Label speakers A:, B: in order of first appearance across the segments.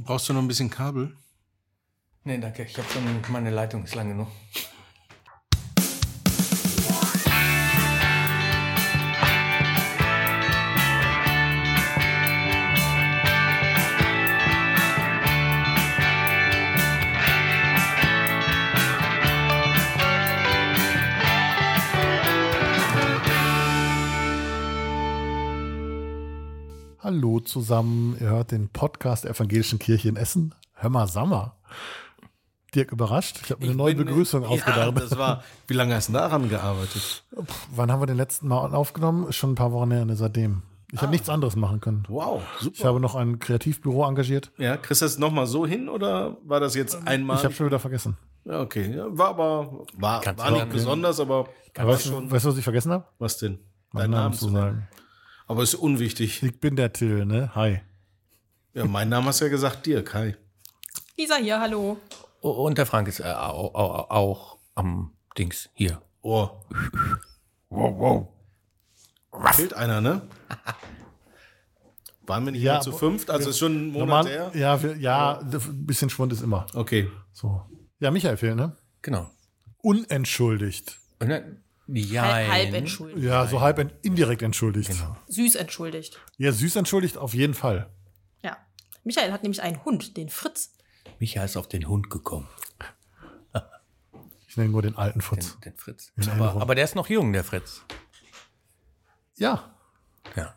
A: Brauchst du noch ein bisschen Kabel?
B: Nee, danke. Ich habe schon meine Leitung ist lang genug.
C: Hallo zusammen, ihr hört den Podcast der Evangelischen Kirche in Essen. Hömmer Sammer. Dirk überrascht, ich habe mir eine neue Begrüßung
A: Ja,
C: ausgedacht.
A: das war. Wie lange hast du daran gearbeitet?
C: Wann haben wir den letzten Mal aufgenommen? Schon ein paar Wochen her, ne, seitdem. Ich habe nichts anderes machen können.
A: Ah. Wow,
C: Ich
A: super.
C: habe noch ein Kreativbüro engagiert.
A: Ja, kriegst du das nochmal so hin oder war das jetzt einmal?
C: Ähm, Ich habe schon wieder vergessen.
A: ja, okay, ja, war aber war,
B: Kannst
A: war
B: du
A: nicht
B: machen.
A: besonders, aber
C: Aber weißt, du, weißt du, was ich vergessen habe?
A: was denn?
C: Meinen Namen zu
A: nennen.
C: sagen.
A: Aber ist unwichtig.
C: Ich bin der Till, ne? Hi.
A: Ja, mein Name hast du ja gesagt, Dirk. Hi.
D: Lisa hier, hallo.
B: Und der Frank ist äh, auch, auch, auch am Dings hier.
A: Oh. Wow, wow. Fehlt einer, ne? Waren wir nicht
C: Ja,
A: mehr zu
C: aber-
A: fünft? Also ist schon ein Monat her?
C: Normal, ja, wir, ja, ein bisschen Schwund ist immer.
A: Okay.
C: So. Ja, Michael fehlt, ne?
B: Genau.
C: Unentschuldigt.
B: Und dann,
D: Halb,
B: Jein.
D: halb entschuldigt.
C: Ja, so halb en- indirekt entschuldigt.
A: Genau.
D: Süß entschuldigt.
C: Ja, süß entschuldigt auf jeden Fall.
D: Ja. Michael hat nämlich einen Hund, den Fritz.
B: Micha ist auf den Hund gekommen,
C: Ich nenne nur den alten Futz.
B: den, den Fritz.
C: In Erinnerung.
B: Aber, aber der ist noch jung, der Fritz.
C: Ja,
B: Ja.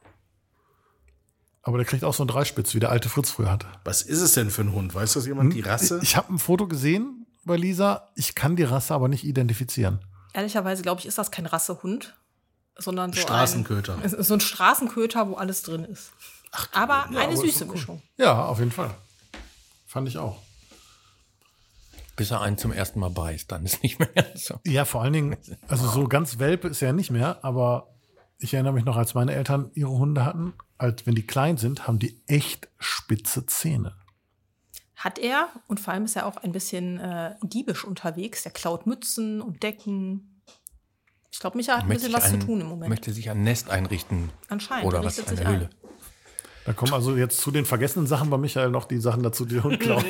C: aber der kriegt auch so einen Dreispitz, wie der alte Fritz früher hatte.
A: Was ist es denn für ein Hund? Weiß das jemand? Die Rasse?
C: Hm? Ich habe ein Foto gesehen bei Lisa. Ich kann die Rasse aber nicht identifizieren.
D: Ehrlicherweise, glaube ich, ist das kein Rassehund, sondern so
A: Straßenköter.
D: Ein, es ist so ein Straßenköter, wo alles drin ist. aber eine süße Mischung.
C: Ja, auf jeden Fall. Fand ich auch.
B: Bis er einen zum ersten Mal beißt, dann ist nicht mehr so.
C: Ja, vor allen Dingen, also so ganz Welpe ist er nicht mehr, aber ich erinnere mich noch, als meine Eltern ihre Hunde hatten, als wenn die klein sind, haben die echt spitze Zähne.
D: Hat er und vor allem ist er auch ein bisschen äh, diebisch unterwegs. Er klaut Mützen und Decken. Ich glaube, Michael hat ein bisschen
B: sich
D: was
B: ein,
D: zu tun im Moment.
B: Möchte sich ein Nest einrichten.
D: Anscheinend,
B: Oder was?
D: richtet
B: Eine
D: sich ein.
B: Höhle.
C: Da kommen also jetzt zu den vergessenen Sachen bei Michael noch die Sachen dazu, die der Hund klaut.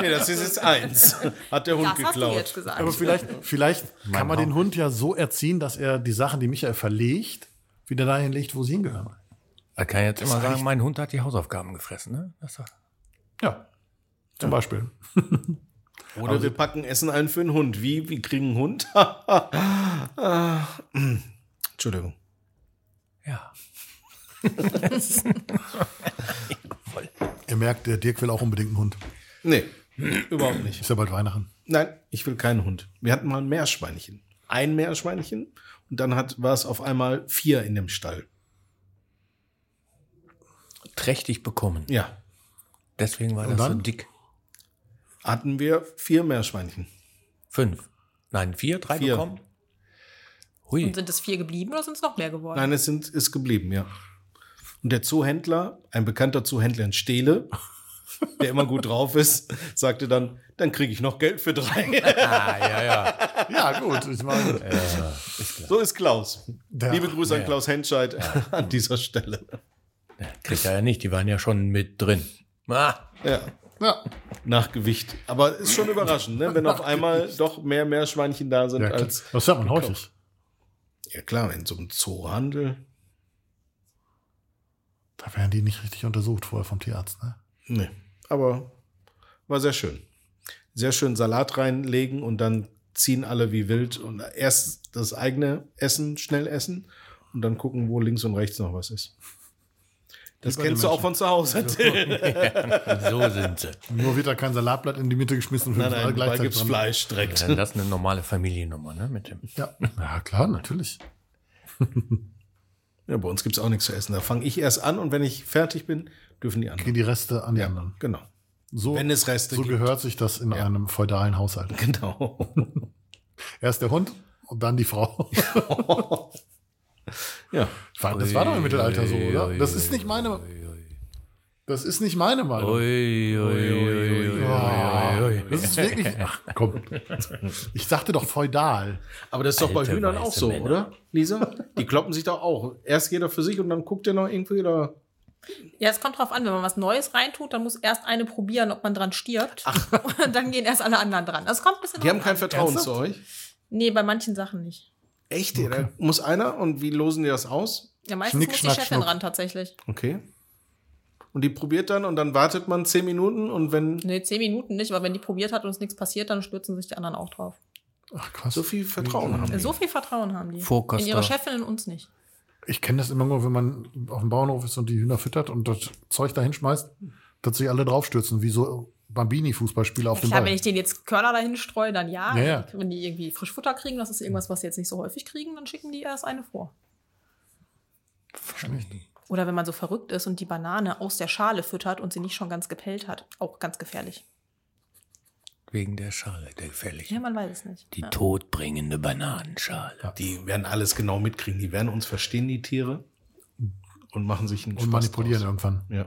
A: Nee, das ist jetzt eins. Hat der Hund
D: das hast du
A: geklaut.
D: jetzt gesagt.
C: Aber vielleicht, vielleicht kann man den Hund ja so erziehen, dass er die Sachen, die Michael verlegt, wieder dahin legt, wo sie hingehören.
B: Er kann jetzt immer
C: reicht.
B: sagen, mein Hund hat die Hausaufgaben gefressen, ne? Das sagt-
C: Ja. Zum Beispiel.
A: Oder wir packen Essen ein für einen Hund. Wie? Wir kriegen einen Hund? Ah, mm. Entschuldigung.
B: ja.
C: Ihr merkt, der Dirk will auch unbedingt einen Hund.
A: Nee, überhaupt nicht.
C: Ist ja bald Weihnachten.
A: Nein, ich will keinen Hund. Wir hatten mal ein Meerschweinchen. Ein Meerschweinchen und dann hat, war es auf einmal vier in dem Stall.
B: Trächtig bekommen.
A: Ja,
B: Deswegen war das
C: dann?
B: so dick.
A: hatten wir vier Meerschweinchen.
B: Fünf. Nein, vier, drei
A: Vier.
B: bekommen. Hui.
D: und sind es vier geblieben oder sind es noch mehr geworden?
A: Nein, es sind, ist geblieben, ja. Und der Zoohändler, ein bekannter Zoohändler in Stehle, der immer gut drauf ist, sagte dann, dann kriege ich noch Geld für drei.
B: Ah, ja, ja.
C: Ja, gut. Ich meine,
A: so ist Klaus.
C: Ja.
A: äh, Liebe Grüße an Klaus Henscheid an dieser Stelle.
B: Kriegt er ja nicht, die waren ja schon mit drin. Ah,
A: Ja.
C: ja.
A: Nach Gewicht. Aber ist schon überraschend, ne? wenn auf einmal doch mehr Meerschweinchen da sind
C: Ja, klar.
A: als.
C: das hört man häufig.
A: Ja, klar, in so einem Zoohandel.
C: Da werden die nicht richtig untersucht vorher vom Tierarzt. Ne?
A: Nee. Aber war sehr schön. Sehr schön Salat reinlegen und dann ziehen alle wie wild und erst das eigene Essen, schnell essen und dann gucken, wo links und rechts noch was ist. Das
C: Wie bei den
A: kennst du auch von zu Hause. Till.
B: so sind sie.
C: Nur wird da kein Salatblatt in die Mitte geschmissen. und
A: nein,
C: alle
A: nein, da
C: gleichzeitig
A: gibt's
C: dran.
A: Fleisch direkt.
B: Dann das eine normale Familiennummer, ne? Mit dem.
C: Ja. ja, klar, natürlich.
A: Ja, bei uns gibt's auch nichts zu essen. Da fange ich erst an und wenn ich fertig bin, dürfen die anderen.
C: Gehen die Reste an die anderen.
A: Genau.
C: So,
A: Wenn es Reste
C: so
A: gibt.
C: gehört sich das in einem feudalen Haushalt.
A: Genau.
C: Erst der Hund und dann die Frau.
A: ja.
C: Das war doch im Mittelalter so, oder? Das ist nicht meine. Das ist nicht meine Meinung. Oh.
B: Ui, ui, ui, ui, ui, ui, ui.
C: Das ist wirklich. Ach komm. Ich sagte doch feudal.
A: Aber das ist doch bei
B: Alte,
A: Hühnern auch
B: weiße
A: so,
B: Männer.
A: oder? Lisa? Die kloppen sich doch auch. Erst jeder für sich und dann guckt ihr noch irgendwie oder
D: Ja, es kommt drauf an, wenn man was Neues reintut, dann muss erst eine probieren, ob man dran stirbt. Und dann gehen erst alle anderen dran. Das kommt ein bisschen
A: Die haben
D: drauf
A: kein
D: an.
A: Vertrauen
D: Ernsthaft?
A: zu euch.
D: Nee, bei manchen Sachen nicht.
A: Echt? Da muss einer und wie losen die das aus?
D: Ja, meistens
C: Schnick,
D: muss
C: schnack,
D: die Chefin
C: schnuck.
D: ran tatsächlich.
A: Okay. Und die probiert dann und dann wartet man zehn Minuten und wenn
D: Nee, zehn Minuten nicht, aber wenn die probiert hat und es nichts passiert, dann stürzen sich die anderen auch drauf.
C: Ach, krass.
A: so viel Vertrauen haben.
D: So viel Vertrauen haben die.
B: Fokus
D: in ihre
B: da.
D: Chefin und uns nicht.
C: Ich kenne das immer nur, wenn man auf dem Bauernhof ist und die Hühner füttert und das Zeug da hinschmeißt, dass sich alle draufstürzen, wie so Bambini-Fußballspieler auf
D: Ja,
C: dem
D: klar,
C: Ball.
D: wenn ich denen jetzt Körner dahin streue, dann ja.
C: Ja, ja.
D: Wenn die irgendwie Frischfutter kriegen, das ist irgendwas, was sie jetzt nicht so häufig kriegen, dann schicken die erst eine vor. Oder wenn man so verrückt ist und die Banane aus der Schale füttert und sie nicht schon ganz gepellt hat. Auch ganz gefährlich.
B: Wegen der Schale, der gefällig.
D: Ja, man weiß es nicht.
B: Die
D: ja.
B: todbringende Bananenschale.
A: Die werden alles genau mitkriegen. Die werden uns verstehen, die Tiere. Und machen sich einen
C: und manipulieren
A: draus.
C: irgendwann.
A: Ja.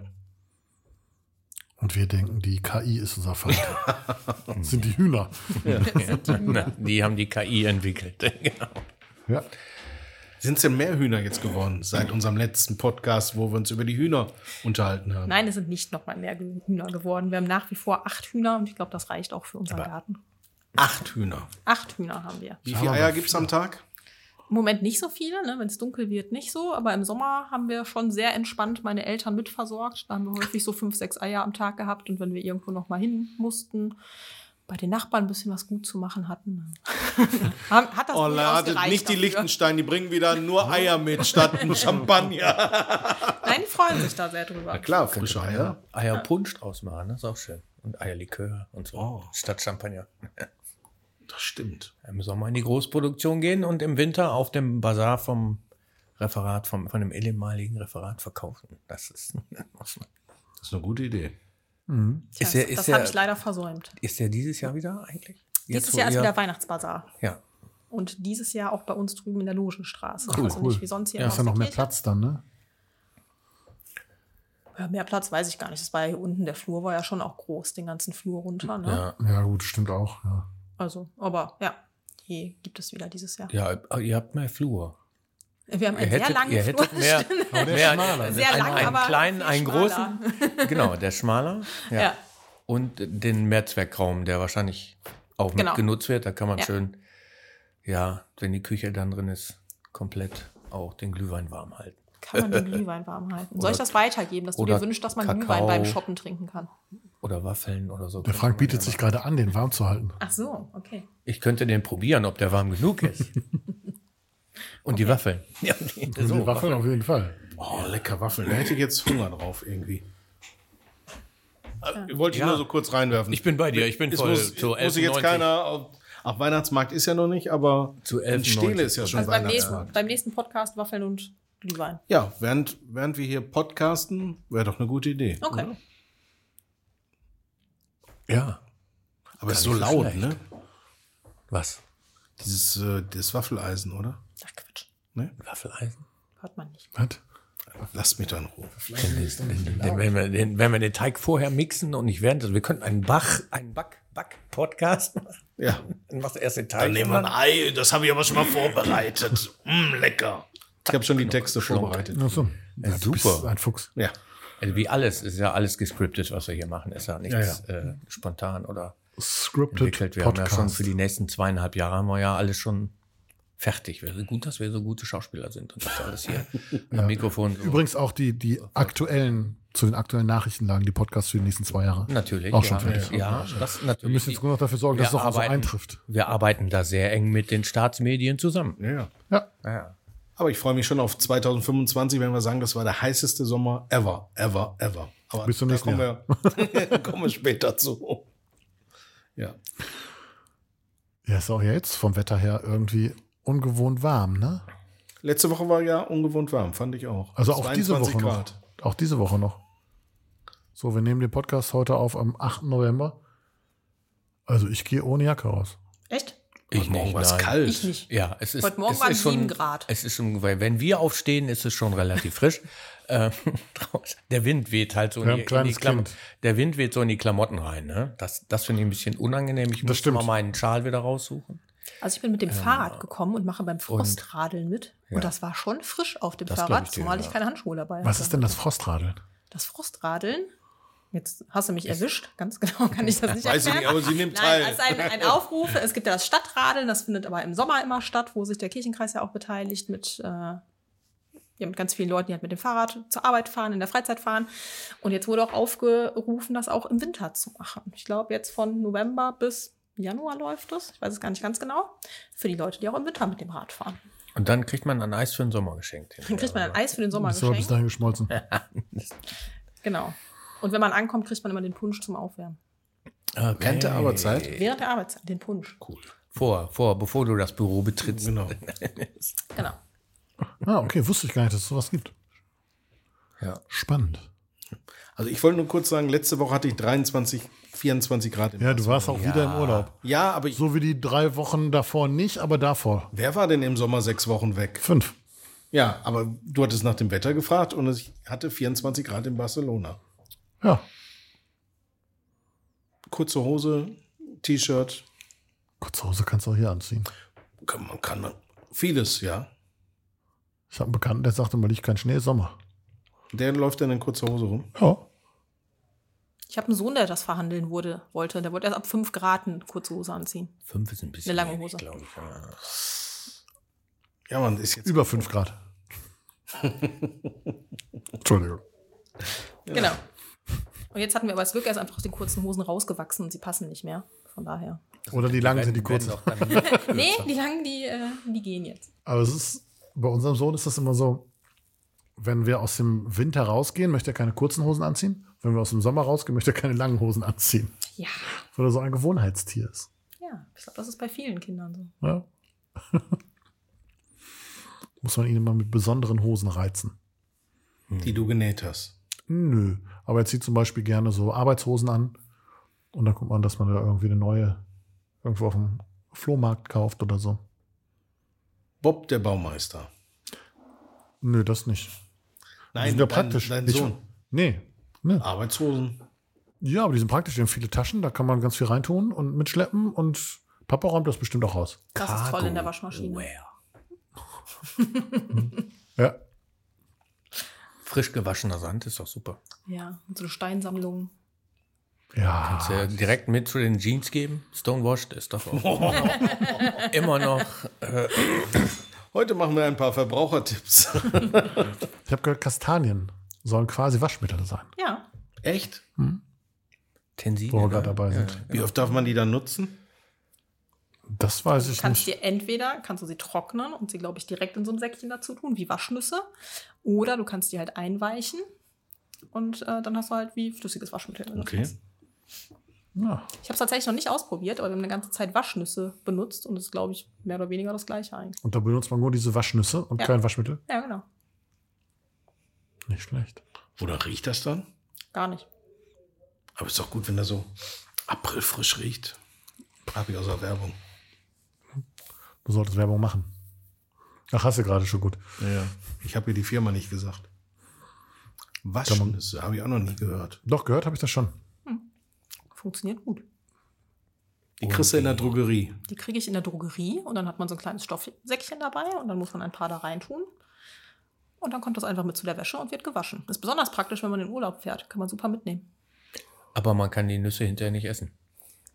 C: Und wir denken, die KI ist unser Feind. Das sind die Hühner.
B: Na, die haben die KI entwickelt. Genau.
C: Ja.
A: Sind es denn mehr Hühner jetzt geworden seit unserem letzten Podcast, wo wir uns über die Hühner unterhalten haben?
D: Nein, es sind nicht nochmal mehr Hühner geworden. Wir haben nach wie vor acht Hühner und ich glaube, das reicht auch für unseren Garten.
A: Acht Hühner.
D: Acht Hühner haben wir.
A: Wie viele Eier gibt es am Tag?
D: Im Moment nicht so viele, ne? wenn es dunkel wird, nicht so. Aber im Sommer haben wir schon sehr entspannt meine Eltern mitversorgt. Da haben wir häufig so fünf, sechs Eier am Tag gehabt. Und wenn wir irgendwo noch mal hin mussten, bei den Nachbarn ein bisschen was gut zu machen hatten, dann haben- hat das
A: Oh,
D: durchaus
A: ladet
D: gereicht
A: nicht die
D: Also dafür.
A: Lichtenstein, die bringen wieder nur Eier mit statt ein Champagner.
D: Nein, die freuen sich da sehr drüber.
A: Klar, frische Eier.
B: Eierpunsch draus machen, das ist auch schön. Und Eierlikör und so.
C: Oh.
B: Statt Champagner.
A: Das stimmt.
B: Im Sommer in die Großproduktion gehen und im Winter auf dem Bazar vom Referat, vom, von dem ehemaligen Referat verkaufen. Das ist,
A: Das ist eine gute Idee.
D: Tja,
B: Ist ja-
D: das
B: ist ja-
D: habe ich leider versäumt.
B: ist der dieses Jahr wieder eigentlich?
D: Dieses
B: wo
D: Jahr ist
B: ihr-
D: wieder Weihnachtsbazar.
B: Ja,
D: Und dieses Jahr auch bei uns drüben in der Logenstraße.
C: Cool,
D: also
C: cool.
D: nicht wie sonst hier.
C: Da
D: im
C: ist ja
D: Haus
C: noch
D: der
C: mehr
D: Kirche.
C: Platz dann, ne?
D: Ja, mehr Platz weiß ich gar nicht. Das war ja hier unten. Der Flur war ja schon auch groß, den ganzen Flur runter. Ne?
B: ja.
C: Ja, gut, stimmt auch. Ja.
D: Also, aber ja, je gibt es wieder dieses Jahr.
B: Ja, aber ihr habt mehr Flur.
D: Wir haben
B: Ihr
D: einen sehr
B: hättet,
D: langen
B: ihr
D: Flur.
B: hättet mehr,
C: Aber der ist
B: mehr
C: schmaler, ne?
D: Sehr lang,
B: einen, einen
D: aber
B: kleinen,
D: viel
B: einen
D: schmaler.
B: großen. Genau, der schmaler. Ja.
D: Ja.
B: Und den Mehrzweckraum, der wahrscheinlich auch
D: Genau.
B: mit genutzt wird. Da kann man
D: Ja.
B: schön, ja, wenn die Küche dann drin ist, komplett auch den Glühwein warm halten.
D: Kann man den Glühwein warm halten? Soll ich das weitergeben, dass du
B: oder
D: dir wünschst, dass man
B: Kakao.
D: Glühwein beim Shoppen trinken kann?
B: Oder Waffeln oder so.
C: Der Frank bietet sich gerade an, den warm zu halten.
D: Ach so, okay.
B: Ich könnte den probieren, ob der warm genug ist. Und die Waffeln. Ja, die-
C: So, die
B: so.
C: Waffeln auf jeden Fall.
A: Oh, lecker Waffeln. Da hätte ich jetzt Hunger drauf irgendwie. Äh, Wollte ich
B: Ja.
A: nur so kurz reinwerfen.
B: Ich bin bei dir, ich bin
A: Es
B: voll
A: muss,
B: zu
A: muss ich jetzt
B: 11,90.
A: keiner. auf- Ach, Weihnachtsmarkt ist ja noch nicht, aber
B: Zu
A: in
B: 11,90.
A: Stele ist ja schon
D: Also beim nächsten,
A: Weihnachtsmarkt.
D: beim nächsten Podcast Waffeln und Glühwein.
A: Ja, während, während wir hier podcasten, wäre doch eine gute Idee.
D: Okay.
B: Ja.
A: Aber es ist so
B: Gar nicht so
A: laut,
B: schlecht.
A: ne?
B: Was?
A: Dieses äh, das Waffeleisen, oder?
D: Ach Quatsch,
B: Waffeleisen?
D: hört man nicht.
C: Was?
A: Lasst mich doch in Ruhe.
B: Den, wenn, wir den, wenn wir den Teig vorher mixen und nicht während, also wir könnten einen Bach, einen Back, Back-Podcast machen.
A: Ja.
B: Dann machst du erst den Teig.
A: Dann nehmen wir ein Ei, das habe ich aber schon mal vorbereitet. Mm, lecker. Ich habe schon die Texte vorbereitet.
C: Ach so. Ja, du
B: super.
C: bist ein Fuchs.
A: Ja.
B: also wie alles, ist ja alles gescriptet, was wir hier machen. Ist ja nichts Äh, spontan oder
C: Scripted
B: entwickelt. Wir haben ja schon
C: Podcast.
B: für die nächsten zweieinhalb Jahre haben wir ja alles schon fertig. Wäre gut, dass wir so gute Schauspieler sind und das alles hier am Mikrofon. So.
C: Übrigens auch die, die aktuellen, zu den aktuellen Nachrichtenlagen, die Podcasts für die nächsten zwei Jahre.
B: Natürlich.
C: Auch schon
B: ja,
C: fertig.
B: ja, das natürlich.
C: Wir müssen jetzt nur noch dafür sorgen, dass es
B: Wir
C: auch so
B: arbeiten.
C: eintrifft.
B: Wir arbeiten da sehr eng mit den Staatsmedien zusammen.
A: ja, ja.
C: Ja.
B: Ja.
A: Aber ich freue mich schon auf 2025, wenn wir sagen, das war der heißeste Sommer ever, ever, ever. Aber
C: Bis zum
A: da
C: nächsten
A: kommen Wir, kommen wir später zu. Ja.
C: Ja, ist auch jetzt vom Wetter her irgendwie ungewohnt warm, ne?
A: Letzte Woche war ja ungewohnt warm, fand ich auch.
C: Also auch diese
A: 22
C: Woche
A: Grad.
C: noch. Auch diese Woche noch. So, wir nehmen den Podcast heute auf am 8. November. Also ich gehe ohne Jacke raus.
D: Echt?
A: Ich morgen war es kalt.
D: Ich nicht.
B: Ja, es ist,
D: Heute Morgen
B: es
D: waren
B: ist schon,
D: sieben Grad.
B: Es ist schon, weil wenn wir aufstehen, ist es schon relativ frisch. Äh, draußen- der Wind weht halt so
C: Wir
B: in die, in
C: haben ein
B: die
C: kleines
B: Klamotten.
C: Kind.
B: Der Wind weht so in die Klamotten rein. Ne? Das, das finde ich ein bisschen unangenehm. Ich muss
C: stimmt.
B: mal meinen Schal wieder raussuchen.
D: Also ich bin mit dem Fahrrad gekommen und mache beim Frostradeln mit.
B: Ja.
D: Und das war schon frisch auf dem
B: Das glaub
D: Fahrrad,
B: ich dir,
D: zumal ich
B: ja.
D: keine Handschuhe dabei
C: Was
D: hatte.
C: ist denn das Frostradeln?
D: Das Frostradeln. Jetzt hast du mich erwischt, ganz genau kann ich das nicht
A: Weiß ich
D: erklären.
A: nicht, aber sie nimmt
D: Nein,
A: teil.
D: als ein, ein Aufruf. Es gibt ja das Stadtradeln, das findet aber im Sommer immer statt, wo sich der Kirchenkreis ja auch beteiligt mit, äh, ja, mit ganz vielen Leuten, die halt mit dem Fahrrad zur Arbeit fahren, in der Freizeit fahren. Und jetzt wurde auch aufgerufen, das auch im Winter zu machen. Ich glaube, jetzt von November bis Januar läuft es. Ich weiß es gar nicht ganz genau. Für die Leute, die auch im Winter mit dem Rad fahren.
B: Und dann kriegt man ein Eis für den Sommer geschenkt.
D: Dann kriegt man ein Eis für den Sommer
C: Bist du aber bis
D: geschenkt.
C: dahin geschmolzen?
D: Genau. Und wenn man ankommt, kriegt man immer den Punsch zum Aufwärmen.
B: Okay.
A: Während der Arbeitszeit?
D: Während der Arbeitszeit, den Punsch.
A: Cool.
B: Vor, vor, bevor du das Büro betrittst.
A: Genau.
D: Genau.
C: Ah, okay, wusste ich gar nicht, dass es sowas gibt.
B: Ja.
C: Spannend.
A: Also ich wollte nur kurz sagen, letzte Woche hatte ich 23, 24 Grad im
C: Ja, du warst auch wieder im Urlaub.
A: Ja, aber ich,
C: So wie die drei Wochen davor nicht, aber davor.
A: wer war denn im Sommer sechs Wochen weg?
C: Fünf.
A: Ja, aber du hattest nach dem Wetter gefragt und ich hatte 24 Grad in Barcelona.
C: Ja.
A: Kurze Hose, T-Shirt,
C: Kurze Hose kannst du auch hier anziehen.
A: kann- man kann vieles, ja.
C: Ich habe einen Bekannten, der sagt immer, liegt kein Schnee, ist Sommer.
A: Der läuft dann in kurzer Hose rum.
C: Ja.
D: Ich habe einen Sohn, der das verhandeln wurde, wollte. Der wollte erst ab 5 Grad eine kurze Hose anziehen.
B: Fünf ist ein bisschen.
D: Eine lange
B: wenig,
D: Hose.
B: glaub ich. Ja.
A: Ja, man ist jetzt
C: Über fünf Grad. Entschuldigung.
D: Genau. Und jetzt hatten wir aber das Glück, er ist einfach aus den kurzen Hosen rausgewachsen und sie passen nicht mehr. Von daher.
C: Oder die langen sind die
B: Werden
C: kurzen.
B: doch dann-
D: Nee, die langen, die, äh, die gehen jetzt.
C: Aber es ist, bei unserem Sohn ist das immer so, wenn wir aus dem Winter rausgehen, möchte er keine kurzen Hosen anziehen. Wenn wir aus dem Sommer rausgehen, möchte er keine langen Hosen anziehen.
D: Ja.
C: Weil er so ein Gewohnheitstier ist.
D: Ja, ich glaube, das ist bei vielen Kindern so.
C: Ja. Muss man ihn immer mit besonderen Hosen reizen.
A: die du genäht hast.
C: Nö. Aber er zieht zum Beispiel gerne so Arbeitshosen an. Und dann guckt man, dass man da irgendwie eine neue irgendwo auf dem Flohmarkt kauft oder so.
A: Bob der Baumeister.
C: Nö, das nicht. die sind ja praktisch.
A: Dein, dein
C: Ich-
A: Sohn.
C: Nee. nee.
A: Arbeitshosen.
C: Ja, aber die sind praktisch. Die haben viele Taschen. Da kann man ganz viel reintun und mitschleppen. Und Papa räumt das bestimmt auch aus.
D: Das ist toll in der Waschmaschine.
B: Wear.
C: Ja.
B: Frisch gewaschener Sand ist doch super.
D: Ja, und so eine Steinsammlung.
C: Ja.
B: Kannst du direkt mit zu den Jeans geben? Stonewashed ist doch auch immer noch.
A: Heute machen wir ein paar Verbrauchertipps.
C: Ich habe gehört, Kastanien sollen quasi Waschmittel sein,
D: Ja.
A: Echt?
B: Mhm. Tensine.
C: wo wir
B: ne?
C: gerade dabei sind.
A: Wie oft darf man die dann nutzen?
C: Das weiß
D: Du
C: ich
D: kannst
C: nicht.
D: dir entweder, kannst du sie trocknen und sie, glaube ich, direkt in so ein Säckchen dazu tun, wie Waschnüsse. Oder du kannst die halt einweichen und äh, dann hast du halt wie flüssiges Waschmittel. wenn du
A: Okay.
D: willst.
C: Ja.
D: Ich habe es tatsächlich noch nicht ausprobiert, aber wir haben eine ganze Zeit Waschnüsse benutzt und es ist, glaube ich, mehr oder weniger das gleiche eigentlich.
C: Und da benutzt man nur diese Waschnüsse und
D: Ja.
C: kein Waschmittel.
D: Ja, genau.
C: Nicht schlecht.
A: Oder riecht das dann?
D: Gar nicht.
A: Aber ist doch gut, wenn er so aprilfrisch riecht. Hab ich aus der Werbung.
C: Du solltest Werbung machen. Ach, hast du gerade schon gut.
A: Ja. Ich habe ihr die Firma nicht gesagt. Waschen, das habe ich auch noch nie gehört.
C: Doch, gehört habe ich das schon.
D: Funktioniert gut.
A: Die kriegst du in der Drogerie.
D: Die kriege ich in der Drogerie und dann hat man so ein kleines Stoffsäckchen dabei und dann muss man ein paar da reintun. Und dann kommt das einfach mit zu der Wäsche und wird gewaschen. Ist besonders praktisch, wenn man in den Urlaub fährt. Kann man super mitnehmen.
B: Aber man kann die Nüsse hinterher nicht essen.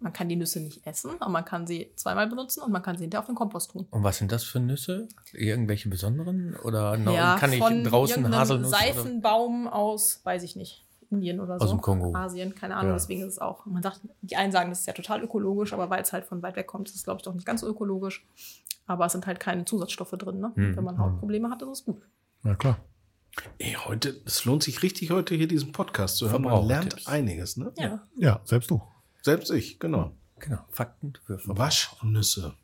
D: Man kann die Nüsse nicht essen, aber man kann sie zweimal benutzen und man kann sie hinterher auf den Kompost tun.
B: Und was sind das für Nüsse? Irgendwelche besonderen? Oder na,
D: Ja,
B: Genau, kann ich
D: von
B: draußen
D: irgendeinem
B: Haselnuss? Oder?
D: Seifenbaum aus, weiß ich nicht, Indien oder so.
B: Aus dem Kongo.
D: Asien, keine Ahnung,
B: Ja.
D: deswegen ist es auch. Man sagt, die einen sagen, das ist ja total ökologisch, aber weil es halt von weit weg kommt, ist es, glaube ich, doch nicht ganz so ökologisch. Aber es sind halt keine Zusatzstoffe drin, ne?
B: Hm.
D: Wenn man Hautprobleme hat, ist es gut.
C: Ja, klar.
A: Ey, heute, es lohnt sich richtig, heute hier diesen Podcast zu hören. Man
B: Verbrauchertipps.
A: lernt einiges, ne?
D: Ja.
C: Ja, selbst du.
A: Selbst ich, genau.
B: Genau, Fakten für Verbraucher.
A: Waschnüsse.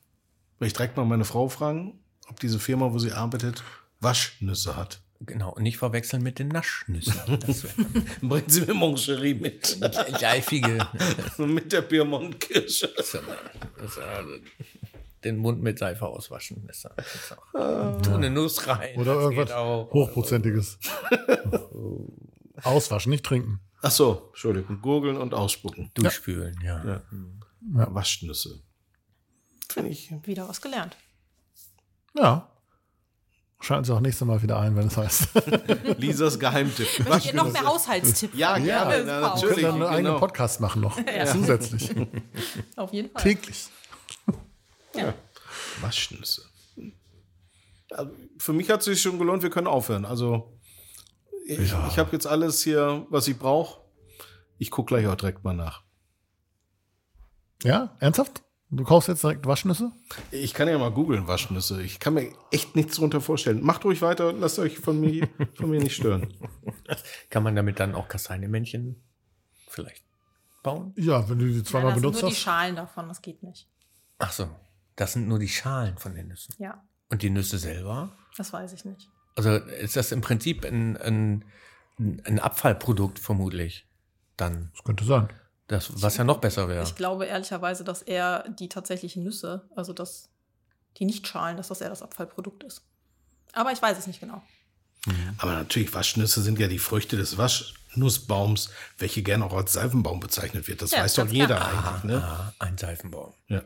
A: Will ich direkt mal meine Frau fragen, ob diese Firma, wo sie arbeitet, Waschnüsse hat.
B: Genau, und nicht verwechseln mit den Naschnüssen. Das wär-
A: Dann bringt sie mir Moncherie mit.
B: Geifige.
A: mit der Piemontkirsche.
B: Das ist ja- das ist ja- Den Mund mit Seife auswaschen. Das ist ja- das ist auch- Tu eine Nuss rein.
C: Ah. Oder
B: das geht
C: irgendwas
B: auch.
C: Hochprozentiges. Auswaschen, nicht trinken.
A: Ach so, Entschuldigung. Gurgeln und ausspucken.
B: Durchspülen, ja.
A: Waschnüsse. Finde ich.
D: Wieder was gelernt.
C: Ja. Schalten Sie auch nächstes Mal wieder ein, wenn es heißt.
A: Lisas Geheimtipp.
D: Wenn ihr noch mehr Haushaltstipps
A: Ja,
D: habt,
A: gerne,
D: wäre
A: na,
C: Wir können
D: super.
A: natürlich.
C: dann einen eigenen
A: genau.
C: Podcast machen noch. Zusätzlich.
D: Auf jeden Fall.
C: Täglich.
A: Waschnüsse. Also, Für mich hat es sich schon gelohnt, wir können aufhören. Also, ich,
C: Ja.
A: ich habe jetzt alles hier, was ich brauche. Ich gucke gleich auch direkt mal nach.
C: Ja, ernsthaft? Du kaufst jetzt direkt Waschnüsse?
A: Ich kann ja mal googeln, Waschnüsse. Ich kann mir echt nichts drunter vorstellen. Macht ruhig weiter, lasst euch von mir, von mir nicht stören.
B: Kann man damit dann auch Kastanienmännchen vielleicht bauen?
C: Ja, wenn du die
D: Nein,
C: zweimal
D: das sind
C: benutzt
D: nur die
C: hast.
D: Schalen davon, das geht nicht.
B: Ach so, das sind nur die Schalen von den Nüssen.
D: Ja,
B: Und die Nüsse selber?
D: das weiß ich nicht.
B: Also ist das im Prinzip ein, ein, ein Abfallprodukt vermutlich dann.
C: Das könnte sein.
B: Das, was ja noch besser wäre.
D: Ich glaube ehrlicherweise, dass eher die tatsächlichen Nüsse, also das, die Nichtschalen, dass das eher das Abfallprodukt ist. Aber ich weiß es nicht genau.
A: Aber natürlich, Waschnüsse sind ja die Früchte des Waschnussbaums, welche gerne auch als Seifenbaum bezeichnet wird. Das
D: Ja,
A: weiß doch
D: ganz
A: jeder
D: klar.
A: eigentlich. Ne?
B: Ah, ein Seifenbaum.
A: Ja.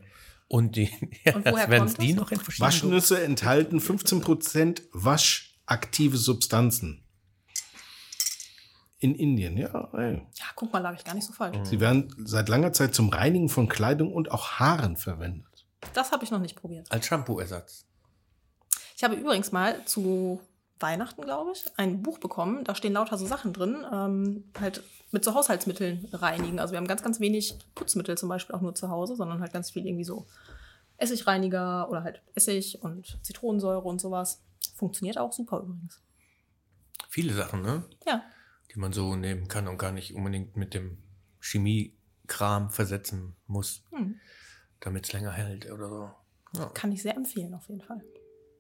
B: Und die, ja,
D: Und
B: das,
D: woher
B: wenn
D: kommt
B: es die
D: das?
B: noch in verschiedenen
A: Waschnüsse enthalten 15% waschaktive Substanzen. In Indien, ja. Ey.
D: Ja, guck mal, lag ich gar nicht so falsch.
A: Sie werden seit langer Zeit zum Reinigen von Kleidung und auch Haaren verwendet.
D: Das habe ich noch nicht probiert.
B: als Shampoo-Ersatz.
D: Ich habe übrigens mal zu Weihnachten, glaube ich, ein Buch bekommen. Da stehen lauter so Sachen drin, ähm, halt mit so Haushaltsmitteln reinigen. Also wir haben ganz, ganz wenig Putzmittel zum Beispiel auch nur zu Hause, sondern halt ganz viel irgendwie so Essigreiniger oder halt Essig und Zitronensäure und sowas. Funktioniert auch super übrigens.
B: Viele Sachen, ne?
D: Ja,
B: Die man so nehmen kann und gar nicht unbedingt mit dem Chemiekram versetzen muss,
D: hm.
B: damit es länger hält oder so. Ja.
D: kann ich sehr empfehlen auf jeden Fall.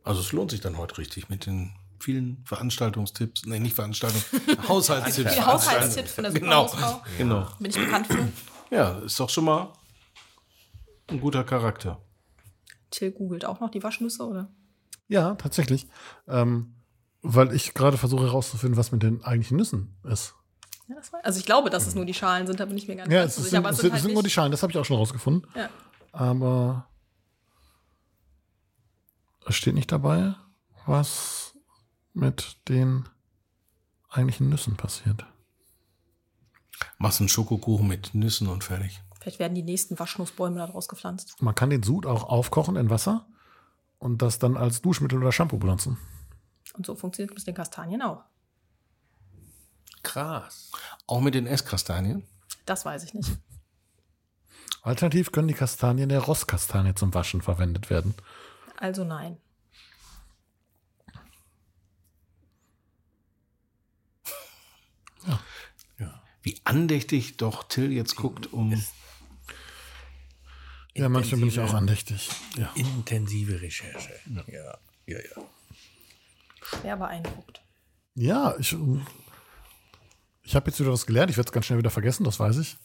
A: Also es lohnt sich dann heute richtig mit den vielen Veranstaltungstipps. Nee, nicht Veranstaltung, Haushaltstipps.
C: also
D: Die Haushaltstipps von der
A: Genau.
D: Superhausfrau
A: Genau.
D: bin ich bekannt für.
A: Ja, ist doch schon mal ein guter Charakter.
D: Till googelt auch noch die Waschnüsse, oder?
C: Ja, tatsächlich. Ähm, weil ich gerade versuche herauszufinden, was mit den eigentlichen Nüssen ist.
D: Ja, das war, also ich glaube, dass es nur die Schalen sind, da bin ich mir gar nicht
C: Ja,
D: ganz
C: es
D: so
C: sind,
D: sicher. Aber halt
C: es sind, es sind nur die
D: nicht-
C: Schalen, das habe ich auch schon rausgefunden.
D: Ja.
C: Aber es steht nicht dabei, was mit den eigentlichen Nüssen passiert.
A: Machst einen Schokokuchen mit Nüssen und fertig.
D: Vielleicht werden die nächsten Waschnussbäume da draus gepflanzt.
C: Man kann den Sud auch aufkochen in Wasser und das dann als Duschmittel oder Shampoo benutzen.
D: Und so funktioniert es mit den Kastanien auch.
B: Krass.
A: Auch mit den Esskastanien.
D: Das weiß ich nicht.
C: Alternativ können die Kastanien der Rosskastanie zum Waschen verwendet werden.
D: Also nein.
A: Wie andächtig doch Till jetzt guckt, um.
C: Ja, manchmal bin ich auch
B: Intensive-
C: andächtig. Ja.
B: Intensive Recherche. Ja, ja, ja.
D: Schwer beeindruckt.
C: Ja, ich, ich habe jetzt wieder was gelernt. Ich werde es ganz schnell wieder vergessen, das weiß ich.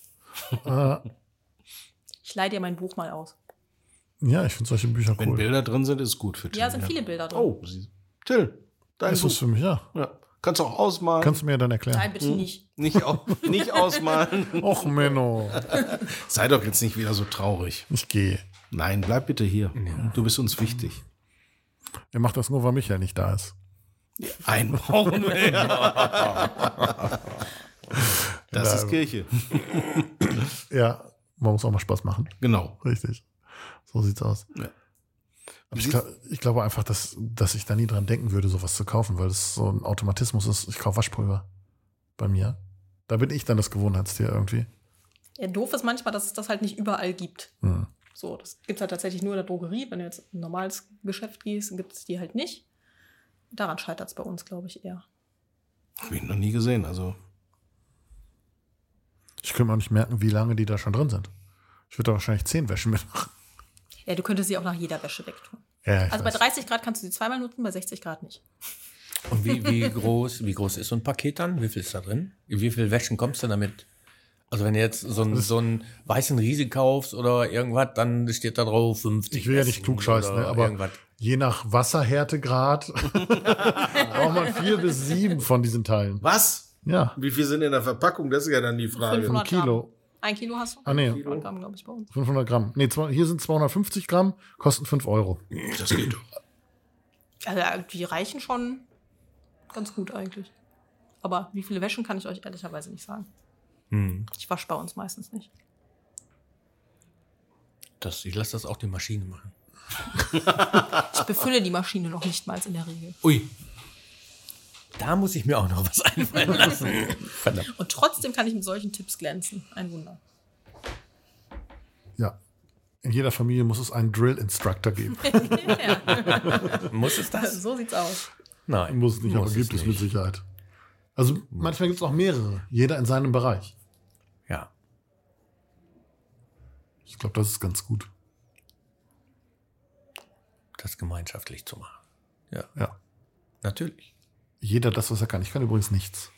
C: äh,
D: Ich leih dir mein Buch mal aus.
C: ja, ich finde solche Bücher
A: Wenn
C: cool.
A: Bilder drin sind, ist gut für Till.
D: Ja, sind viele Bilder drin.
A: Oh, sie- Till, dein
C: Ist was
A: Buch.
C: für mich, ja.
A: Ja. Kannst du auch ausmalen.
C: Kannst du mir dann erklären?
D: Nein, bitte nicht.
A: nicht, au nicht ausmalen.
C: Och, Menno.
A: Sei doch jetzt nicht wieder so traurig.
C: Ich gehe.
A: Nein, bleib bitte hier. Du bist uns wichtig.
C: Er macht das nur, weil Michael nicht da ist.
A: Ein Baum mehr. Das ist Kirche.
C: Ja, man muss auch mal Spaß machen.
A: Genau.
C: Richtig. So sieht's aus.
A: Ja.
C: Aber ich, glaub, ich glaube einfach, dass, dass ich da nie dran denken würde, sowas zu kaufen, weil das so ein Automatismus ist. Ich kaufe Waschpulver bei mir. Da bin ich dann das Gewohnheitstier irgendwie.
D: Ja, doof ist manchmal, dass es das halt nicht überall gibt.
C: Hm.
D: So, das gibt es halt tatsächlich nur in der Drogerie. Wenn du jetzt in ein normales Geschäft gehst, gibt es die halt nicht. Daran scheitert es bei uns, glaube ich, eher.
A: Hab ich noch nie gesehen. Also
C: Ich könnte mir auch nicht merken, wie lange die da schon drin sind. Ich würde da wahrscheinlich zehn Wäschen mitmachen.
D: Ja, du könntest sie auch nach jeder Wäsche wegtun.
C: Ja, ich
D: Also bei
C: weiß.
D: 30 Grad kannst du sie zweimal nutzen, bei 60 Grad nicht.
B: Und wie, wie, groß, wie groß ist so ein Paket dann? Wie viel ist da drin? Wie viel Wäschen kommst du damit? Also wenn du jetzt so einen, so einen weißen Riese kaufst oder irgendwas, dann steht da drauf 50.
C: ich will ja nicht
B: Essen
C: klug scheißen,
B: oder
C: ne? aber
B: irgendwas.
C: je nach Wasserhärtegrad braucht man vier bis sieben von diesen Teilen.
A: was?
C: Ja,
A: Wie viel sind in der Verpackung? Das ist ja dann die Frage.
D: 500
C: ein Kilo.
D: Ein Kilo hast du?
C: Ah, nee.
A: Kilo.
D: Vollgramm, glaube ich, bei uns.
C: 500 Gramm. Nee, zwei- hier sind 250 Gramm, kosten 5 Euro.
A: Das geht doch.
D: Also, die reichen schon ganz gut eigentlich. Aber wie viele wäschen kann ich euch ehrlicherweise nicht sagen.
B: Hm.
D: Ich wasche bei uns meistens nicht.
B: Das, ich lasse das auch die Maschine machen.
D: Ich befülle die Maschine noch nicht mal in der Regel.
B: Ui. Da muss ich mir auch noch was einfallen lassen. Verdammt.
D: Und trotzdem kann ich mit solchen Tipps glänzen. Ein Wunder.
C: Ja. In jeder Familie muss es einen Drill-Instructor geben.
B: Muss es das?
D: So sieht's aus.
B: Nein.
C: Muss es nicht, aber
B: Muss
C: gibt es mit
B: nicht.
C: Sicherheit. Also manchmal gibt es auch mehrere, jeder in seinem Bereich.
B: Ja.
C: Ich glaube, das ist ganz gut.
B: Das gemeinschaftlich zu machen. Ja,
C: Ja.
B: natürlich.
C: Jeder das, was er kann. Ich kann übrigens nichts.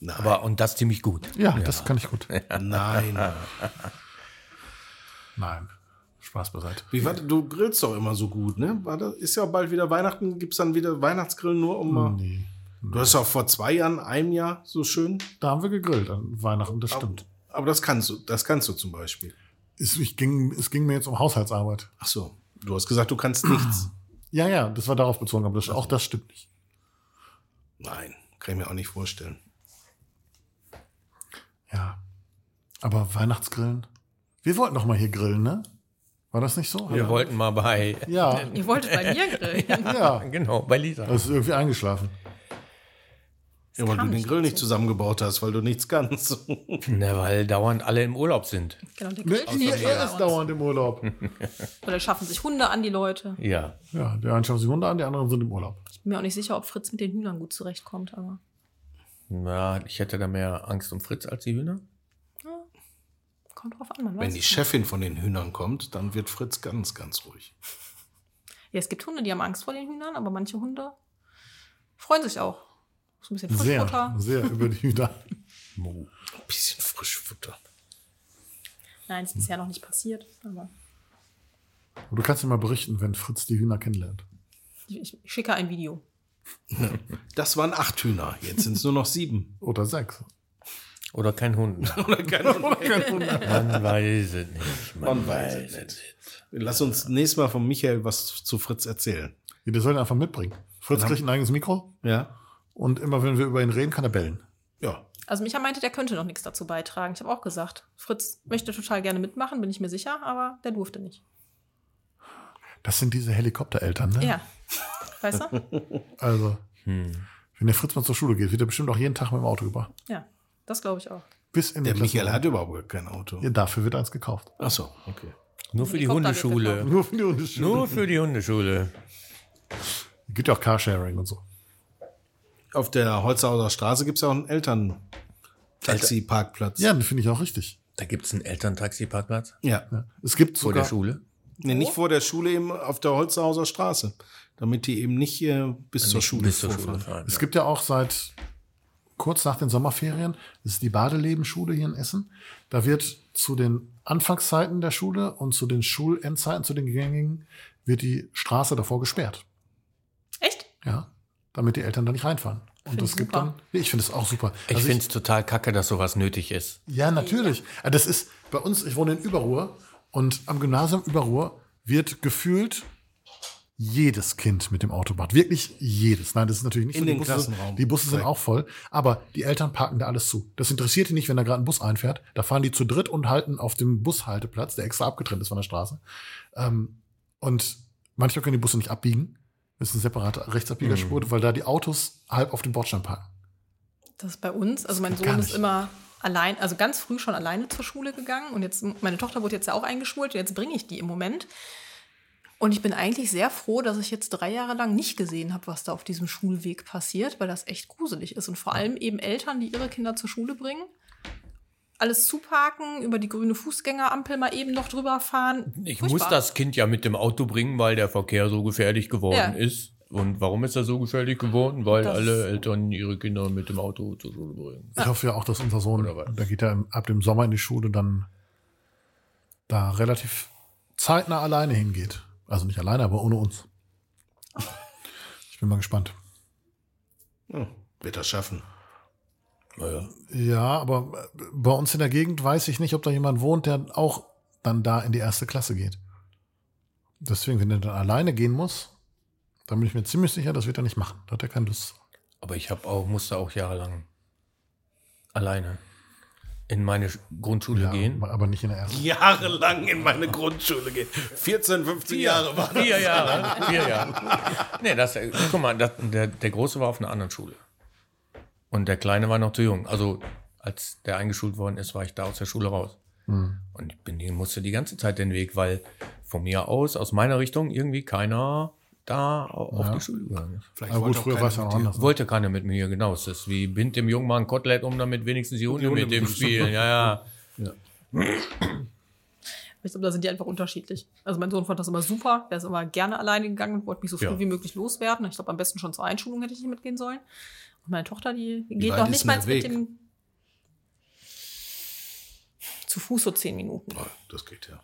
A: Nein, äh,
B: Aber und das ziemlich gut.
C: Ja, das kann ich gut.
A: nein.
C: Nein. Spaß beiseite.
A: Wie, warte, du grillst doch immer so gut, ne? War das- Ist ja bald wieder Weihnachten, gibt es dann wieder Weihnachtsgrillen nur um mal.
C: Nee.
A: Du hast auch vor zwei Jahren, einem Jahr so schön.
C: Da haben wir gegrillt an Weihnachten, das stimmt.
A: Aber das kannst du, das kannst du zum Beispiel.
C: Es, ich ging, es ging mir jetzt um Haushaltsarbeit.
A: Ach so, du hast gesagt, du kannst nichts.
C: Ja, ja, das war darauf bezogen, aber das, auch das stimmt nicht.
A: Nein, kann ich mir auch nicht vorstellen.
C: Ja. Aber Weihnachtsgrillen? Wir wollten doch mal hier grillen, ne? War das nicht so?
B: Wir wollten mal bei,
C: Ja.
D: Ihr wolltet bei mir grillen.
C: Ja.
B: genau, bei Lisa.
C: Das ist irgendwie eingeschlafen.
A: Ja, weil
D: kam
A: du den
D: nicht
A: Grill nicht
D: dazu.
A: zusammengebaut hast, weil du nichts kannst.
B: Na, weil dauernd alle im Urlaub sind.
D: Genau, der
C: Nee, er,
D: Geschmack kommt
C: er
D: bei
C: ist
D: uns.
C: dauernd im Urlaub.
D: Oder schaffen sich Hunde an, die Leute.
B: Ja.
C: Ja, der eine schaut sich Hunde an, die anderen sind im Urlaub.
D: Ich bin mir auch nicht sicher, ob Fritz mit den Hühnern gut zurechtkommt, aber
B: Na, ich hätte da mehr Angst um Fritz als die Hühner.
D: kommt drauf an, man weiß.
A: Wenn die
D: es nicht.
A: Chefin von den Hühnern kommt, dann wird Fritz ganz, ganz ruhig.
D: Ja, es gibt Hunde, die haben Angst vor den Hühnern, aber manche Hunde freuen sich auch. So ein bisschen
C: Sehr,
D: Frischfutter.
C: sehr über die Hühner.
B: Mu.
A: Ein bisschen Frischfutter.
D: Nein, ist bisher noch nicht passiert. Aber
C: Aber du kannst dir mal berichten, wenn Fritz die Hühner kennenlernt.
D: ich, ich schicke ein Video.
A: Das waren acht Hühner, jetzt sind es nur noch sieben.
C: Oder sechs.
B: Oder kein Hund.
A: Oder keine
B: Man weiß es nicht. Man, weiß es nicht.
A: Lass uns nächstes Mal von Michael was zu Fritz erzählen.
C: Ja, Der soll ihn einfach mitbringen. Fritz
A: Dann-
C: kriegt ein eigenes Mikro
A: Ja?
C: und immer wenn wir über ihn reden, kann er bellen.
A: Ja.
D: Also Micha meinte, der könnte noch nichts dazu beitragen. Ich habe auch gesagt, Fritz möchte total gerne mitmachen, bin ich mir sicher, aber der durfte nicht.
C: Das sind diese Helikoptereltern, ne?
D: Ja. Weißt du?
C: Also,
B: Hm.
C: wenn der Fritz mal zur Schule geht, wird er bestimmt auch jeden Tag mit dem Auto gebracht.
D: Ja, das glaube ich auch.
C: Bis in die
A: Der
C: Klasse-
A: Michael hat überhaupt kein Auto.
C: Ja, dafür wird eins gekauft.
A: Ach so, okay.
B: Nur für die
D: Helikopter
B: Hundeschule.
C: Nur für die Hundeschule.
B: Nur für die Hundeschule.
C: Gibt ja auch Carsharing und so.
A: Auf der Holzhauser Straße gibt es ja auch einen Eltern-Taxi-Parkplatz.
C: Ja, das finde ich auch richtig.
B: Da gibt es einen Elterntaxi-Parkplatz
A: ja.
C: Ja. Es gibt
B: vor der
C: sogar,
B: Schule.
A: Nee, nicht vor der Schule, eben auf der Holzhauser Straße. Damit die eben nicht äh, bis zur
B: Nicht
A: Schule
B: Bis zur Schule
A: vorfahren.
B: fahren.
C: es gibt ja auch seit kurz nach den Sommerferien, das ist die Badelebenschule hier in Essen. Da wird zu den Anfangszeiten der Schule und zu den Schulendzeiten, zu den gängigen, wird die Straße davor gesperrt.
D: Echt?
C: Ja. Damit die Eltern da nicht reinfahren. Und
D: Find
C: das
D: ich
C: gibt
D: super.
C: dann. Nee, ich finde es auch super.
B: Ich
C: Also
B: finde es total kacke, dass sowas nötig ist.
C: Ja, natürlich. Ah, Das ist bei uns, ich wohne in Überruhr und am Gymnasium Überruhr wird gefühlt jedes Kind mit dem Auto bad. Wirklich jedes. Nein, das ist natürlich nicht
A: In
C: so.
A: den
C: die, Busse,
A: Klassenraum.
C: die Busse sind
A: Korrekt.
C: auch voll, aber die Eltern parken da alles zu. Das interessiert die nicht, wenn da gerade ein Bus einfährt. Da fahren die zu dritt und halten auf dem Bushalteplatz, der extra abgetrennt ist von der Straße. Ähm, und manchmal können die Busse nicht abbiegen. Das ist eine separate Rechtsabbiegerspur,
A: Mhm.
C: weil da die Autos halb auf dem Bordstein parken.
D: Das ist bei uns. Also mein
C: geht
D: Sohn
C: gar
D: ist
C: nicht.
D: immer allein, also ganz früh schon alleine zur Schule gegangen. Und jetzt, meine Tochter wurde jetzt ja auch eingeschult und jetzt bringe ich die im Moment. Und ich bin eigentlich sehr froh, dass ich jetzt drei Jahre lang nicht gesehen habe, was da auf diesem Schulweg passiert, weil das echt gruselig ist. Und vor allem eben Eltern, die ihre Kinder zur Schule bringen, alles zuparken, über die grüne Fußgängerampel mal eben noch drüber fahren.
B: Ich
D: Furchtbar.
B: muss das Kind ja mit dem Auto bringen, weil der Verkehr so gefährlich geworden
D: Ja.
B: ist. Und warum ist er so gefährlich geworden? Weil
D: Das-
B: alle Eltern ihre Kinder mit dem Auto zur Schule bringen.
C: Ich hoffe ja auch, dass unser Sohn,
B: Oder was?
C: da geht er im- ab dem Sommer in die Schule, dann da relativ zeitnah alleine hingeht. Also nicht alleine, aber ohne uns. Ich bin mal gespannt.
A: Ja, wird das schaffen.
B: Naja.
C: Ja, aber bei uns in der Gegend weiß ich nicht, ob da jemand wohnt, der auch dann da in die erste Klasse geht. Deswegen, wenn er dann alleine gehen muss, dann bin ich mir ziemlich sicher, das wird er nicht machen. Da hat er keine Lust.
B: Aber ich habe auch, musste auch jahrelang alleine in meine Sch- Grundschule
C: Ja,
B: gehen.
C: Aber nicht in der ersten.
A: Jahrelang in meine Grundschule gehen. 14, 15 Jahre war
B: Vier Jahre. Vier Jahre. Nee, das, äh, guck mal, das, der, der Große war auf einer anderen Schule. Und der Kleine war noch zu jung. Also, als der eingeschult worden ist, war ich da aus der Schule raus. Und ich bin, musste die ganze Zeit den Weg, weil von mir aus, aus meiner Richtung, irgendwie keiner da au- auf die Schule gegangen ist.
E: Vielleicht
C: Aber gut,
E: wollte auch
C: früher
E: keiner
C: war es ja
E: mit
C: noch
E: dir.
C: anders.
B: Wollte keiner mit mir, genau. Es ist wie bind dem jungen Mann Kotelett um, damit wenigstens die Hunde mit dem spielen. Ja, ja.
D: Ich glaube, da sind die einfach unterschiedlich. Also mein Sohn fand das immer super. Der ist immer gerne alleine gegangen und wollte mich so früh
B: Ja.
D: wie möglich loswerden. Ich glaube, am besten schon zur Einschulung hätte ich nicht mitgehen sollen. Und meine Tochter, die
E: Wie
D: geht
E: weit
D: noch
E: ist
D: nicht
E: denn
D: mal
E: der
D: mit
E: Weg?
D: dem zu Fuß so zehn Minuten.
A: Das geht ja.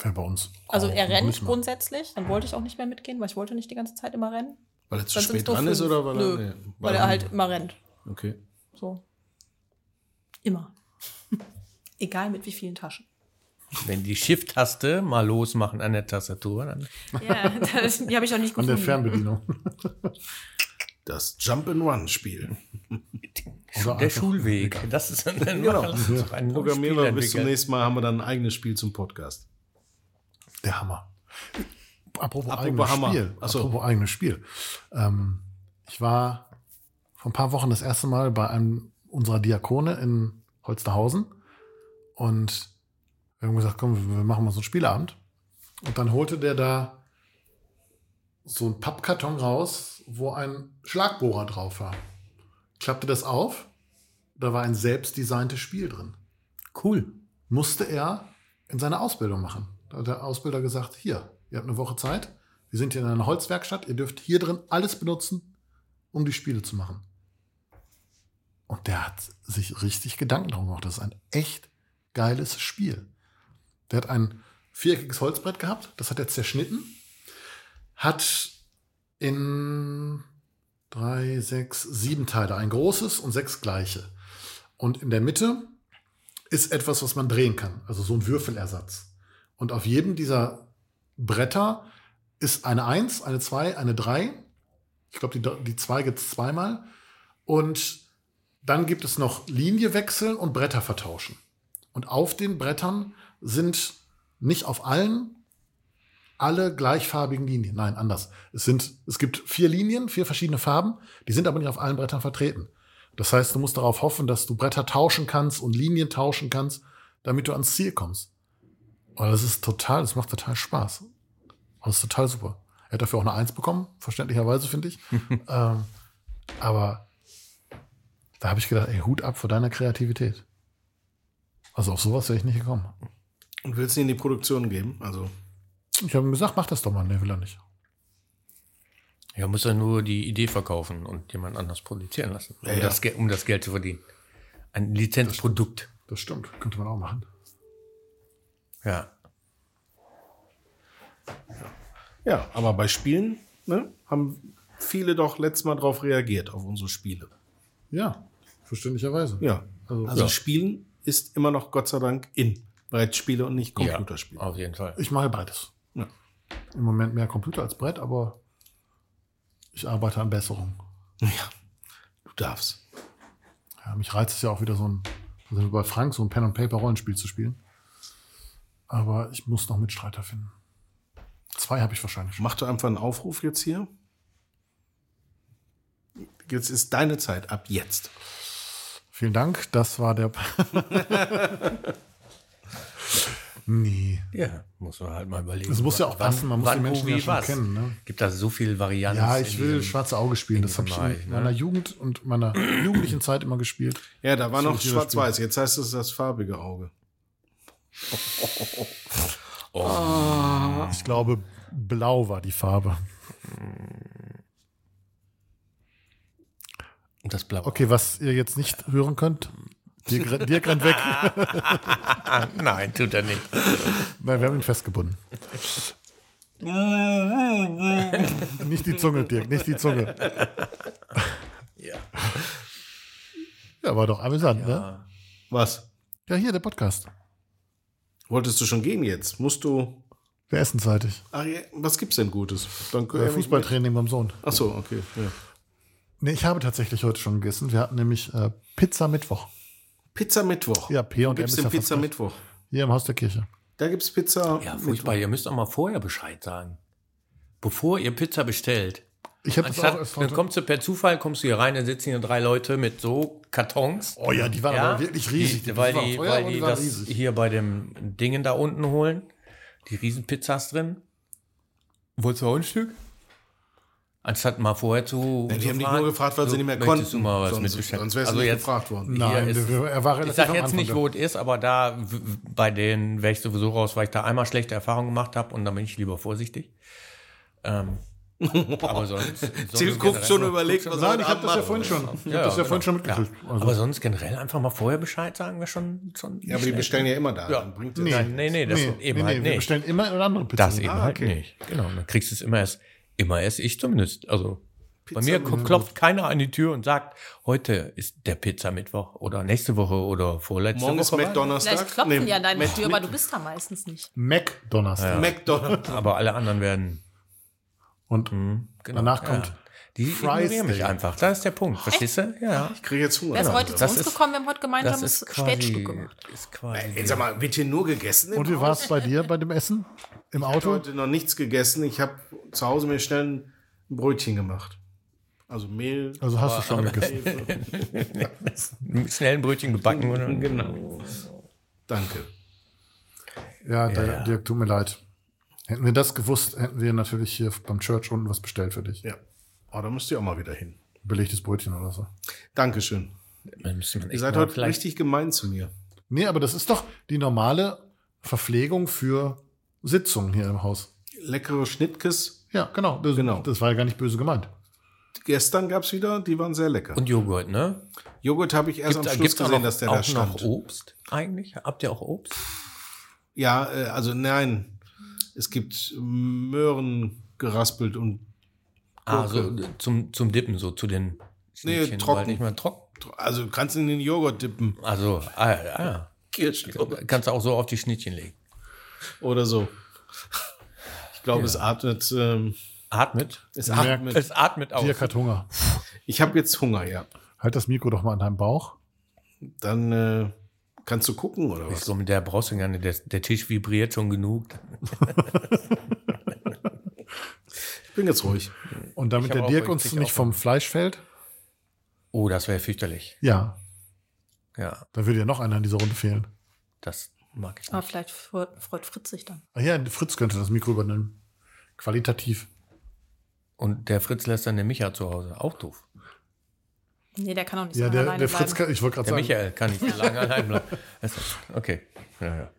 C: Wäre bei uns.
D: Also
C: auch
D: er rennt
C: möglich.
D: grundsätzlich. Dann wollte ich auch nicht mehr mitgehen, weil ich wollte nicht die ganze Zeit immer rennen.
A: Weil er zu
D: Dann sind's
A: spät
D: nur
A: dran ist
D: fünf.
A: oder weil er.
D: Nö,
A: nee,
D: weil er halt immer rennt.
A: Okay.
D: So. Immer. Egal mit wie vielen Taschen.
B: Wenn die Shift-Taste mal losmachen an der Tastatur, dann
D: Ja, das, die habe ich auch nicht
C: An
D: gefunden.
C: der Fernbedienung.
A: Das Jump and Run Spiel.
C: Oder
B: Der
C: einfach-
B: Schulweg. Das ist ein, ein,
A: Genau.
B: ein
A: Programmierer, bis zum
B: nächsten
A: nächsten Mal haben wir dann ein eigenes Spiel zum Podcast.
C: Der Hammer. Apropos,
A: Apropos
C: eigenes
A: Hammer.
C: Spiel.
A: Ach so.
C: Apropos eigenes Spiel. Ähm, ich war vor ein paar Wochen das erste Mal bei einem unserer Diakone in Holsterhausen und wir haben gesagt, komm, wir machen mal so einen Spieleabend. Und dann holte der da so einen Pappkarton raus, wo ein Schlagbohrer drauf war. Klappte das auf, da war ein selbstdesigntes Spiel drin
B: Cool.
C: musste er in seiner Ausbildung machen. Da hat der Ausbilder gesagt, hier, ihr habt eine Woche Zeit, wir sind hier in einer Holzwerkstatt, ihr dürft hier drin alles benutzen, um die Spiele zu machen. Und der hat sich richtig Gedanken drum gemacht. Das ist ein echt geiles Spiel. Der hat ein viereckiges Holzbrett gehabt, das hat er zerschnitten, hat in drei, sechs, sieben Teile ein großes und sechs gleiche. Und in der Mitte ist etwas, was man drehen kann. Also so ein Würfelersatz. Und auf jedem dieser Bretter ist eine 1, eine 2, eine 3. Ich glaube, die, die 2 gibt es zweimal. Und dann gibt es noch Linie wechseln und Bretter vertauschen. Und auf den Brettern sind nicht auf allen alle gleichfarbigen Linien. Nein, anders. Es, sind, es gibt vier Linien, vier verschiedene Farben, die sind aber nicht auf allen Brettern vertreten. Das heißt, du musst darauf hoffen, dass du Bretter tauschen kannst und Linien tauschen kannst, damit du ans Ziel kommst. Und das ist total, das macht total Spaß. Und Das ist total super. Er hat dafür auch eine Eins bekommen, verständlicherweise, finde ich. ähm, aber da habe ich gedacht, ey, Hut ab vor deiner Kreativität. Also auf sowas wäre ich nicht gekommen.
A: Und willst du ihn in die Produktion geben? Also,
C: Ich habe ihm gesagt, mach das doch mal. Ne, will er nicht.
B: Ja, muss er nur die Idee verkaufen und jemand anders produzieren lassen, um,
A: Ja, ja.
B: Das, Geld- um das Geld zu verdienen. Ein Lizenzprodukt.
C: Das stimmt, könnte man auch machen.
B: Ja.
A: ja, aber bei Spielen ne, haben viele doch letztes Mal drauf reagiert, auf unsere Spiele.
C: Ja, verständlicherweise.
A: Ja.
C: Also,
A: Also,
C: ja.
A: Spielen ist immer noch Gott sei Dank in. Brettspiele und nicht Computerspiele.
C: Ah.
B: Ja, auf jeden Fall.
C: Ich mache beides.
A: Ja.
C: Im Moment mehr Computer als Brett, aber ich arbeite an Besserung.
A: Du darfst.
C: Ja, mich reizt es ja auch wieder so ein, da sind wir bei Frank, so ein Pen-and-Paper-Rollenspiel zu spielen. Aber ich muss noch Mitstreiter finden. Zwei habe ich wahrscheinlich schon.
A: Mach doch einfach einen Aufruf jetzt hier. Jetzt ist deine Zeit ab jetzt.
C: Vielen Dank, das war der. nee.
B: Ja, muss man halt mal überlegen.
C: Es muss ja auch passen, man muss die
B: wo,
C: Menschen
B: wie,
C: ja schon
B: was.
C: kennen, ne?
B: Gibt da so viele Varianten.
C: Ja,
B: in
C: ich will
B: diesem-
C: Schwarze Auge spielen. Das
B: diesem
C: habe ich
B: Bereich,
C: in
B: ne?
C: meiner Jugend und meiner jugendlichen Zeit immer gespielt.
A: Ja, da war noch
C: Das ist ein Videospiel.
A: schwarz-weiß. Jetzt heißt es das farbige Auge.
C: Ich glaube, blau war die Farbe.
B: Und das Blaue.
C: Okay, was ihr jetzt nicht hören könnt. Dirk, rennt- Dirk rennt weg.
B: Ah, nein, tut er nicht.
C: Nein, wir haben ihn festgebunden. nicht die Zunge, Dirk, nicht die Zunge.
B: Ja.
C: Ja, war doch amüsant, ne?
B: Ja.
A: Was?
C: Ja, hier der Podcast.
A: Wolltest du schon gehen jetzt? Musst du.
C: Der essensseitig.
A: Ach, ja, was gibt's denn Gutes? Dann
C: Äh, Fußballtraining beim Sohn.
A: Ach so, okay. Ja.
C: Nee, ich habe tatsächlich heute schon gegessen. Wir hatten nämlich äh, Pizza Mittwoch.
A: Pizza Mittwoch.
C: Ja, P und M
A: Gibt's
C: ist
A: den
C: ja fast
A: Pizza
C: gleich.
A: Mittwoch?
C: Hier im Haus der Kirche.
A: Da gibt's Pizza.
B: Ja, furchtbar. Ihr müsst auch mal vorher Bescheid sagen. Bevor ihr Pizza bestellt.
C: Ich habe das auch
B: Anstatt,
C: erst
B: dann
C: heute-
B: kommst du per Zufall, kommst du hier rein, dann sitzen hier drei Leute mit so Kartons.
C: Oh ja, die waren aber wirklich riesig.
B: Die, weil
C: waren
B: die,
C: teuer,
B: weil
C: aber
B: die
C: waren
B: das hier bei dem Dingen da unten holen. Die Riesenpizzas drin. Wolltest du auch ein Stück? Anstatt mal vorher zu.
A: Ja, die
B: zu
A: haben dich
B: fragen,
A: nur gefragt, weil
B: so,
A: sie nicht mehr
B: möchtest
A: konnten.
B: Du mal was
A: sonst,
B: mitbestellen?
A: sonst wärst
B: also
A: du nicht
B: jetzt,
A: gefragt worden.
C: Nein,
B: ist-
C: wir- er war
B: Ich
C: relativ
B: sag
C: am
B: jetzt
C: Anfang
B: nicht,
C: da.
B: wo es ist, aber da w- w- bei denen wäre ich sowieso raus, weil ich da einmal schlechte Erfahrungen gemacht habe und dann bin ich lieber vorsichtig. Ähm, aber sonst. sonst
A: Till guckt
B: generell-
A: schon überlegt, was er
C: Nein, ich habe das ja
A: Abmachen.
C: vorhin schon. Ich habe
B: Ja,
C: das ja
B: genau.
C: vorhin schon
B: Ja.
C: mitgekriegt. Also-
B: Aber sonst generell einfach mal vorher Bescheid sagen wir schon. schon
A: Ja, aber die bestellen ja immer da.
B: Ja.
A: Dann bringt
C: Nee.
A: nee.
B: Nein, nee, nee, das eben halt
C: Wir
B: nicht.
C: bestellen Ah, immer eine andere Pizza.
B: Das eben halt
A: okay.
B: nicht. Genau, dann kriegst du es immer erst. Immer erst ich zumindest. Also bei mir ko- klopft keiner an die Tür und sagt, heute ist der Pizza-Mittwoch oder nächste Woche oder vorletzte
A: Morgen ist
B: Woche.
A: McDonaldstag.
D: Vielleicht klopfen die an deine
A: Mac-
D: Tür, aber du bist da meistens nicht.
B: Genau.
C: McDonald's.
A: McDonald's.
B: Aber alle anderen werden.
C: Und
B: Genau,
C: Danach kommt
B: Die
C: Fries
B: ignorieren mich
C: Day.
B: einfach. Da ist der Punkt.
D: Oh,
B: Verstehst du? Ja.
A: Ich kriege jetzt Hunger.
D: Wer ist heute zu
B: das
D: uns
B: ist-
D: gekommen? Wir haben heute
B: Das
D: gemeinsames
B: ist quasi.
D: Spätstück gemacht.
B: Ist quasi
A: Ey, sag mal, wird hier nur gegessen?
C: Und wie war es bei dir bei dem Essen? Im
A: Ich habe
C: Auto?
A: heute noch nichts gegessen. Ich habe zu Hause mir schnell ein Brötchen gemacht. Also Mehl.
C: Also hast du schon gegessen.
B: schnell ein Brötchen gebacken. Oder?
A: Genau. Danke.
C: Ja, Dirk- Dirk, tut mir leid. Hätten wir das gewusst, hätten wir natürlich hier beim Church unten was bestellt für dich.
A: Ja. Oh, da müsst ihr auch mal wieder hin.
C: Belegtes Brötchen oder so.
A: Dankeschön.
B: Dann müsste man echt
A: Ihr seid
B: mal
A: heute
B: vielleicht-
A: richtig gemein zu mir.
C: Nee, aber das ist doch die normale Verpflegung für Sitzungen hier im Haus.
A: Leckere Schnittkes.
C: Ja, genau. Das,
A: Genau.
C: das war ja gar nicht böse gemeint.
A: Gestern gab es wieder, die waren sehr lecker.
B: Und Joghurt, ne?
A: Joghurt habe ich erst Also am Schluss
B: auch
A: gesehen, dass der
B: auch
A: da stand.
B: noch Obst eigentlich? Habt ihr auch Obst?
A: Ja, äh, also nein. Es gibt Möhren geraspelt und
B: Ah, so zum, zum Dippen, so zu den Schnittchen. weil
A: trocken.
B: Nicht mal trocken.
A: also kannst du in den Joghurt dippen.
B: Also, ah, ah. kannst du auch so auf die Schnittchen legen.
A: Oder so. Ich glaube, es atmet. Ähm,
B: Atmet.
A: es
C: Merkt-
A: atmet.
B: Es atmet auch.
C: Dirk hat Hunger.
A: Ich habe jetzt Hunger, ja.
C: Halt das Mikro doch mal an deinem Bauch.
A: Dann äh, kannst du gucken, oder was?
B: So mit der brauchst du gar nicht. Der, der Tisch vibriert schon genug.
A: Ich bin jetzt ruhig.
C: Und damit
B: Ich hab
C: der
B: auch-
C: Dirk
B: ich
C: uns
B: krieg
C: nicht
B: auch-
C: vom Fleisch fällt,
B: Oh, das wäre fürchterlich.
C: ja,
B: Ja,
C: da würde ja noch einer in dieser Runde fehlen.
B: das mag ich
D: Aber
B: nicht.
D: Ah, vielleicht freut, freut Fritz sich dann.
C: Ah ja, Fritz könnte das Mikro übernehmen. Qualitativ.
B: Und der Fritz lässt dann den Micha zu Hause. Auch doof.
D: Nee, der kann auch nicht
C: Ja,
D: so
C: der,
D: alleine
C: der Fritz,
D: bleiben.
C: kann, ich wollte gerade
B: Der
C: sagen,
B: Michael kann nicht so lange allein bleiben. Das ist- Okay. Ja, ja.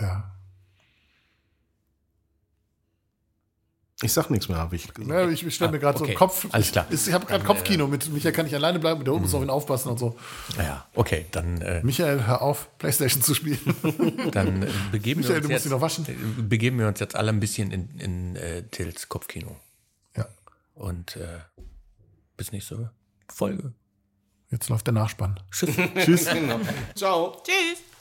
C: Ja.
A: Ich sag nichts mehr, habe ich gesagt.
C: Ja, ich stelle mir
B: Ah,
C: gerade so
B: okay.
C: einen Kopf.
B: Alles klar. äh, Mhm.
C: Ich, ich habe gerade Kopfkino mit Michael kann ich alleine bleiben, der Hund muss auf ihn aufpassen und so.
B: ja okay. Dann, äh,
C: Michael, hör auf, Playstation zu spielen.
B: dann äh, begeben, wir
C: Michael,
B: uns
C: du musst ihn
B: jetzt,
C: noch waschen.
B: äh, begeben wir uns jetzt alle ein bisschen in, in äh, Tills Kopfkino.
C: ja,
B: Und äh, bis nächste Folge.
C: jetzt läuft der Nachspann.
B: Tschüss.
C: Tschüss.
A: Genau. Ciao.
D: Tschüss.